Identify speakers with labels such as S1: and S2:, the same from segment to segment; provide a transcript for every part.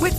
S1: With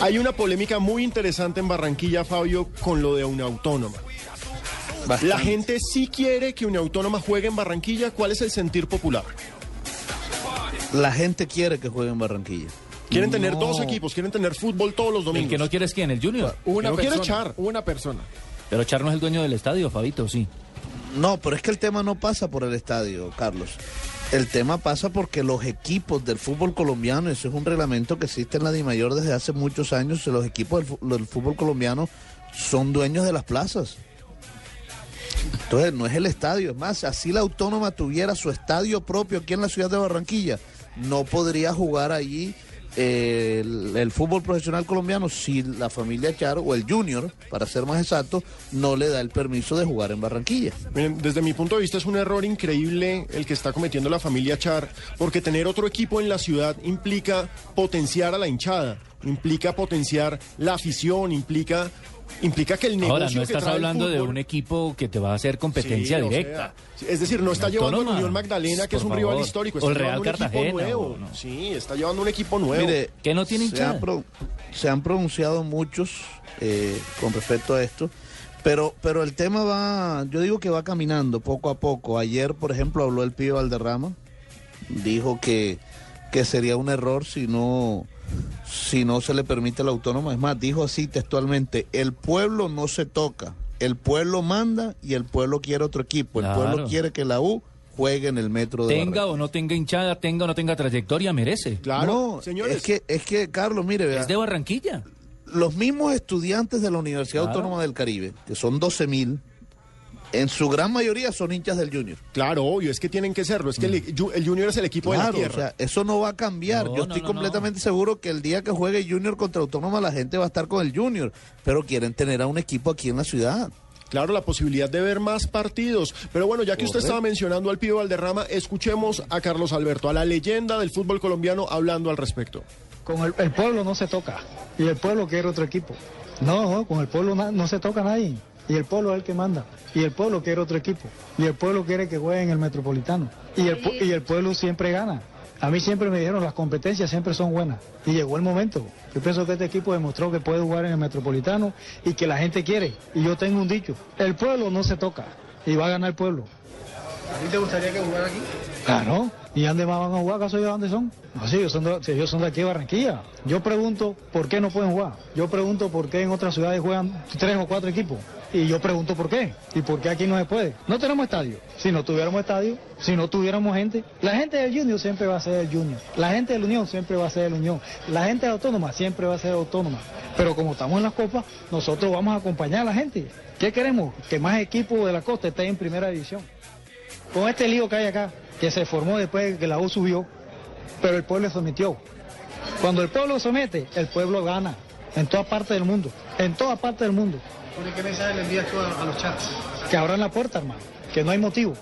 S2: Hay una polémica muy interesante en Barranquilla, Fabio, con lo de una autónoma. La gente sí quiere que una autónoma juegue en Barranquilla. ¿Cuál es el sentir popular?
S3: La gente quiere que juegue en Barranquilla.
S2: Quieren tener dos equipos, quieren tener fútbol todos los domingos.
S4: El que no quiere es quién, el Junior.
S2: Una no quiere
S5: persona,
S2: echar.
S5: Una persona.
S4: Pero Char no es el dueño del estadio, Fabito, sí.
S3: No, pero es que el tema no pasa por el estadio, Carlos. El tema pasa porque los equipos del fútbol colombiano, eso es un reglamento que existe en la DIMAYOR desde hace muchos años, los equipos del, fu- del fútbol colombiano son dueños de las plazas. Entonces no es el estadio, es más, así la autónoma tuviera su estadio propio aquí en la ciudad de Barranquilla, no podría jugar allí eh, el, el fútbol profesional colombiano si la familia Char o el Junior, para ser más exacto, no le da el permiso de jugar en Barranquilla.
S2: Miren, desde mi punto de vista es un error increíble el que está cometiendo la familia Char, porque tener otro equipo en la ciudad implica potenciar a la hinchada, implica potenciar la afición, implica implica que el negocio
S4: Ahora, no
S2: que
S4: estás
S2: trae el
S4: hablando de
S2: fútbol-
S4: un equipo que te va a hacer
S2: Sí,
S4: competencia
S2: o sea,
S4: directa.
S2: es decir, no está llevando
S4: autónoma.
S2: a Unión Magdalena, que es
S4: Por
S2: un rival
S4: favor.
S2: histórico,
S4: O
S2: está
S4: el Real
S2: llevando un
S4: Cartagena,
S2: equipo nuevo.
S4: o no.
S2: Sí, está llevando un equipo nuevo.
S3: Mire,
S4: ¿Qué no tiene
S3: se han,
S4: hinchada?
S3: pro- se han pronunciado muchos eh, con respecto a esto, pero, pero el tema va, yo digo que va caminando poco a poco. Ayer, por ejemplo, habló el pibe Valderrama, dijo que, que sería un error si no, si no se le permite al autónomo. Es más, dijo así textualmente, el pueblo no se toca, el pueblo manda y el pueblo quiere otro equipo, el
S4: Claro.
S3: pueblo quiere que la U juegue en el metro de
S4: Tenga
S3: Barranquilla".
S4: o no tenga hinchada, tenga o no tenga trayectoria, merece.
S2: claro,
S3: No,
S2: señores.
S3: es que, es que, Carlos, mire, vea,
S4: Es de Barranquilla.
S3: los mismos estudiantes de la Universidad
S4: Claro.
S3: Autónoma del Caribe, que son 12 mil, en su gran mayoría son hinchas del Junior.
S2: Claro, obvio, es que tienen que serlo. Es que el, ju- el Junior es el equipo de la
S3: Mm. Claro, o
S2: tierra.
S3: sea, eso no va a cambiar.
S4: No,
S3: Yo
S4: no,
S3: estoy
S4: no,
S3: completamente seguro que el día que juegue Junior contra Autónoma la gente va a estar con el Junior, pero quieren tener a un equipo aquí en la ciudad.
S2: Claro, la posibilidad de ver más partidos. Pero bueno, ya que usted
S3: Correcto.
S2: estaba mencionando al Pío Valderrama, escuchemos a Carlos Alberto, a la leyenda del fútbol colombiano, hablando al respecto.
S6: Con el, el pueblo no se toca. Y el pueblo quiere otro equipo. No, no, con el pueblo na- no se toca nadie. Y el pueblo es el que manda. Y el pueblo quiere otro equipo. Y el pueblo quiere que juegue en el metropolitano. Y el, pu- y el pueblo siempre gana. A mí siempre me dijeron las competencias siempre son buenas. Y llegó el momento. Yo pienso que este equipo demostró que puede jugar en el metropolitano y que la gente quiere. Y yo tengo un dicho: el pueblo no se toca. Y va a ganar el pueblo. ¿A ti te gustaría que jugara aquí? Claro. ¿Y dónde más van a jugar? ¿Acaso ellos dónde son? No, sí, ellos son, de, sí, ellos son de aquí de Barranquilla. Yo pregunto por qué no pueden jugar. Yo pregunto por qué en otras ciudades juegan tres o cuatro equipos. Y yo pregunto por qué. ¿Y por qué aquí no se puede? No tenemos estadio. Si no tuviéramos estadio, si no tuviéramos gente, la gente del Junior siempre va a ser el Junior. La gente de la Unión siempre va a ser de la Unión. La gente de Autónoma siempre va a ser Autónoma. Pero como estamos en las copas, nosotros vamos a acompañar a la gente. ¿Qué queremos? Que más equipos de la costa estén en primera división con este lío que hay acá, que se formó después de que la U subió, pero el pueblo se sometió. Cuando el pueblo somete, el pueblo gana, en todas partes del mundo, en todas partes del mundo. ¿Qué mensaje le envías tú a, los chats? Que abran la puerta, hermano, que no hay motivo,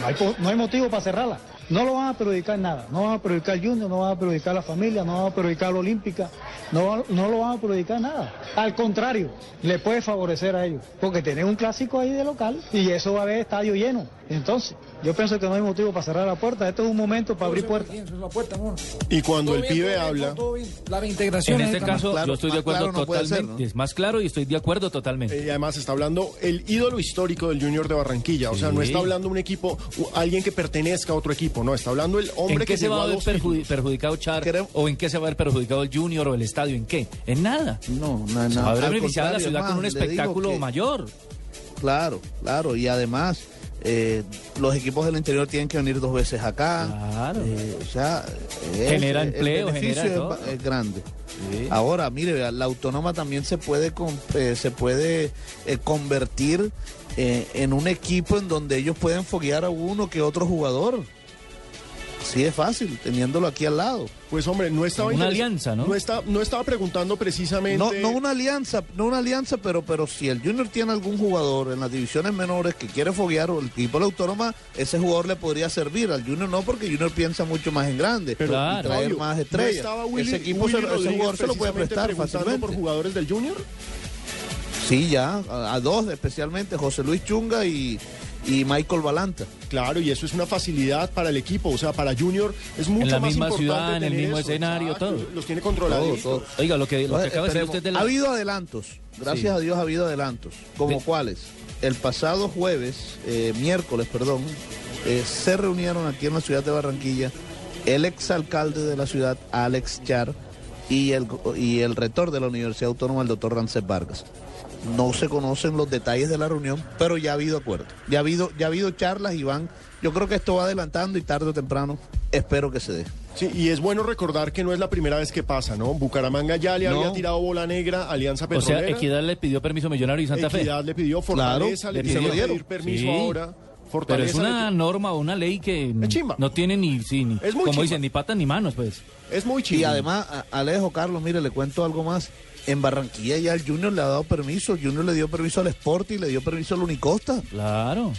S6: no hay, po- no hay motivo para cerrarla. No lo van a perjudicar nada, no van a perjudicar al Junior, no van a perjudicar a la familia, no van a perjudicar a la Olímpica, no, va- no lo van a perjudicar nada. Al contrario, le puede favorecer a ellos, porque tienen un clásico ahí de local y eso va a haber estadio lleno. Entonces, yo pienso que no hay motivo para cerrar la puerta, este es un momento para abrir puertas.
S5: Eso es la puerta, amor.
S2: Y cuando
S5: Todo
S2: el
S5: bien,
S2: pibe
S5: todo bien,
S2: habla,
S5: todo bien. La reintegración.
S4: En
S5: es
S4: este
S5: el camino.
S4: caso,
S3: claro,
S4: yo estoy de
S3: más
S4: acuerdo
S3: claro no puede ser,
S4: totalmente.
S3: ¿no?
S4: Es más claro y estoy de acuerdo totalmente.
S2: eh, además está hablando el ídolo histórico del Junior de Barranquilla. O sea, no está hablando un equipo, u- alguien que pertenezca a otro equipo, no, está hablando el
S4: ¿En
S2: hombre
S4: qué
S2: que
S4: se
S2: llegó
S4: va a
S2: a
S4: ver
S2: dos
S4: perjudi-
S2: títulos.
S4: perjudicado Char?
S3: Creo-
S4: ¿O en qué se va a ver perjudicado el Junior o el estadio? ¿En qué? En nada.
S3: No, no,
S4: Se
S3: no.
S4: va a ver
S3: Al
S4: beneficiada la
S3: contrario,
S4: ciudad
S3: más,
S4: con un
S3: le digo
S4: espectáculo
S3: que-
S4: mayor.
S3: Claro, claro, y además eh, los equipos del interior tienen que venir dos veces acá.
S4: Claro.
S3: Eh, o sea,
S4: Genera empleo,
S3: el beneficio
S4: genera
S3: es,
S4: todo.
S3: ba- es grande. Ahora, mire, vea, la autónoma también se puede con- eh, se puede eh, convertir eh, en un equipo en donde ellos pueden foguear a uno que otro jugador. Sí es fácil, teniéndolo aquí al lado.
S2: Pues hombre, no estaba...
S4: Una
S2: interes-
S4: alianza, ¿no?
S2: No, está- no estaba preguntando precisamente...
S3: No, no una alianza, no una alianza, pero, pero si el Junior tiene algún jugador en las divisiones menores que quiere foguear o el equipo de la autónoma, ese jugador le podría servir. Al Junior no, porque Junior piensa mucho más en grande
S2: Pero,
S4: Claro.
S3: y traer
S2: Fabio,
S3: más
S2: ¿no
S3: estrellas.
S2: estaba Willy-
S3: ese equipo,
S2: Willy
S3: se, ese
S2: Rodríguez
S3: jugador se lo puede
S2: precisamente
S3: prestar
S2: preguntando
S3: fácilmente.
S2: por jugadores del Junior?
S3: Sí, ya, a, a dos especialmente, José Luis Chunga y, y Michael Balanta.
S2: Claro, y eso es una facilidad para el equipo, o sea, para Junior es mucho
S4: la
S2: más
S4: misma
S2: importante
S4: ciudad, en el
S2: tener
S4: mismo
S2: eso,
S4: escenario, todo.
S2: Los tiene
S3: Todo,
S2: controladitos.
S3: todo.
S4: Oiga, lo que, Eh, lo que
S3: Entonces,
S4: acaba de decir
S3: esperemos.
S4: usted de la...
S3: Eh, Ha habido adelantos, gracias
S4: Sí.
S3: a Dios ha habido adelantos. ¿Como
S4: Pe-
S3: cuáles? El pasado jueves, eh, miércoles, perdón, eh, se reunieron aquí en la ciudad de Barranquilla el exalcalde de la ciudad, Alex Char, y el, go- y el rector de la Universidad Autónoma, el doctor Rancés Vargas. No se conocen los detalles de la reunión, pero ya ha habido acuerdo. Ya ha habido, ya ha habido charlas, Iván. Yo creo que esto va adelantando y tarde o temprano espero que se dé.
S2: Sí, y es bueno recordar que no es la primera vez que pasa, ¿no? Bucaramanga ya le
S3: No.
S2: había tirado bola negra, a Alianza
S4: O sea,
S2: Petrolera.
S4: Equidad le pidió permiso a Millonario y Santa Fe.
S2: Equidad le pidió Fortaleza,
S3: Claro,
S2: le
S3: le
S2: pidió
S3: pidieron.
S2: pedir permiso
S4: Sí.
S2: ahora.
S4: Pero
S2: Fortaleza
S4: es una
S2: le-
S4: norma o una ley que
S2: Es chimba.
S4: no tiene ni, sí, ni-
S2: Es muy
S4: como
S2: chimba.
S4: dicen, ni patas ni manos, pues.
S2: es muy chido.
S3: Y además, a- Alejo, Carlos, mire, le cuento algo más. En Barranquilla ya el Junior le ha dado permiso. El Junior le dio permiso al Sport y le dio permiso al Unicosta.
S4: Claro.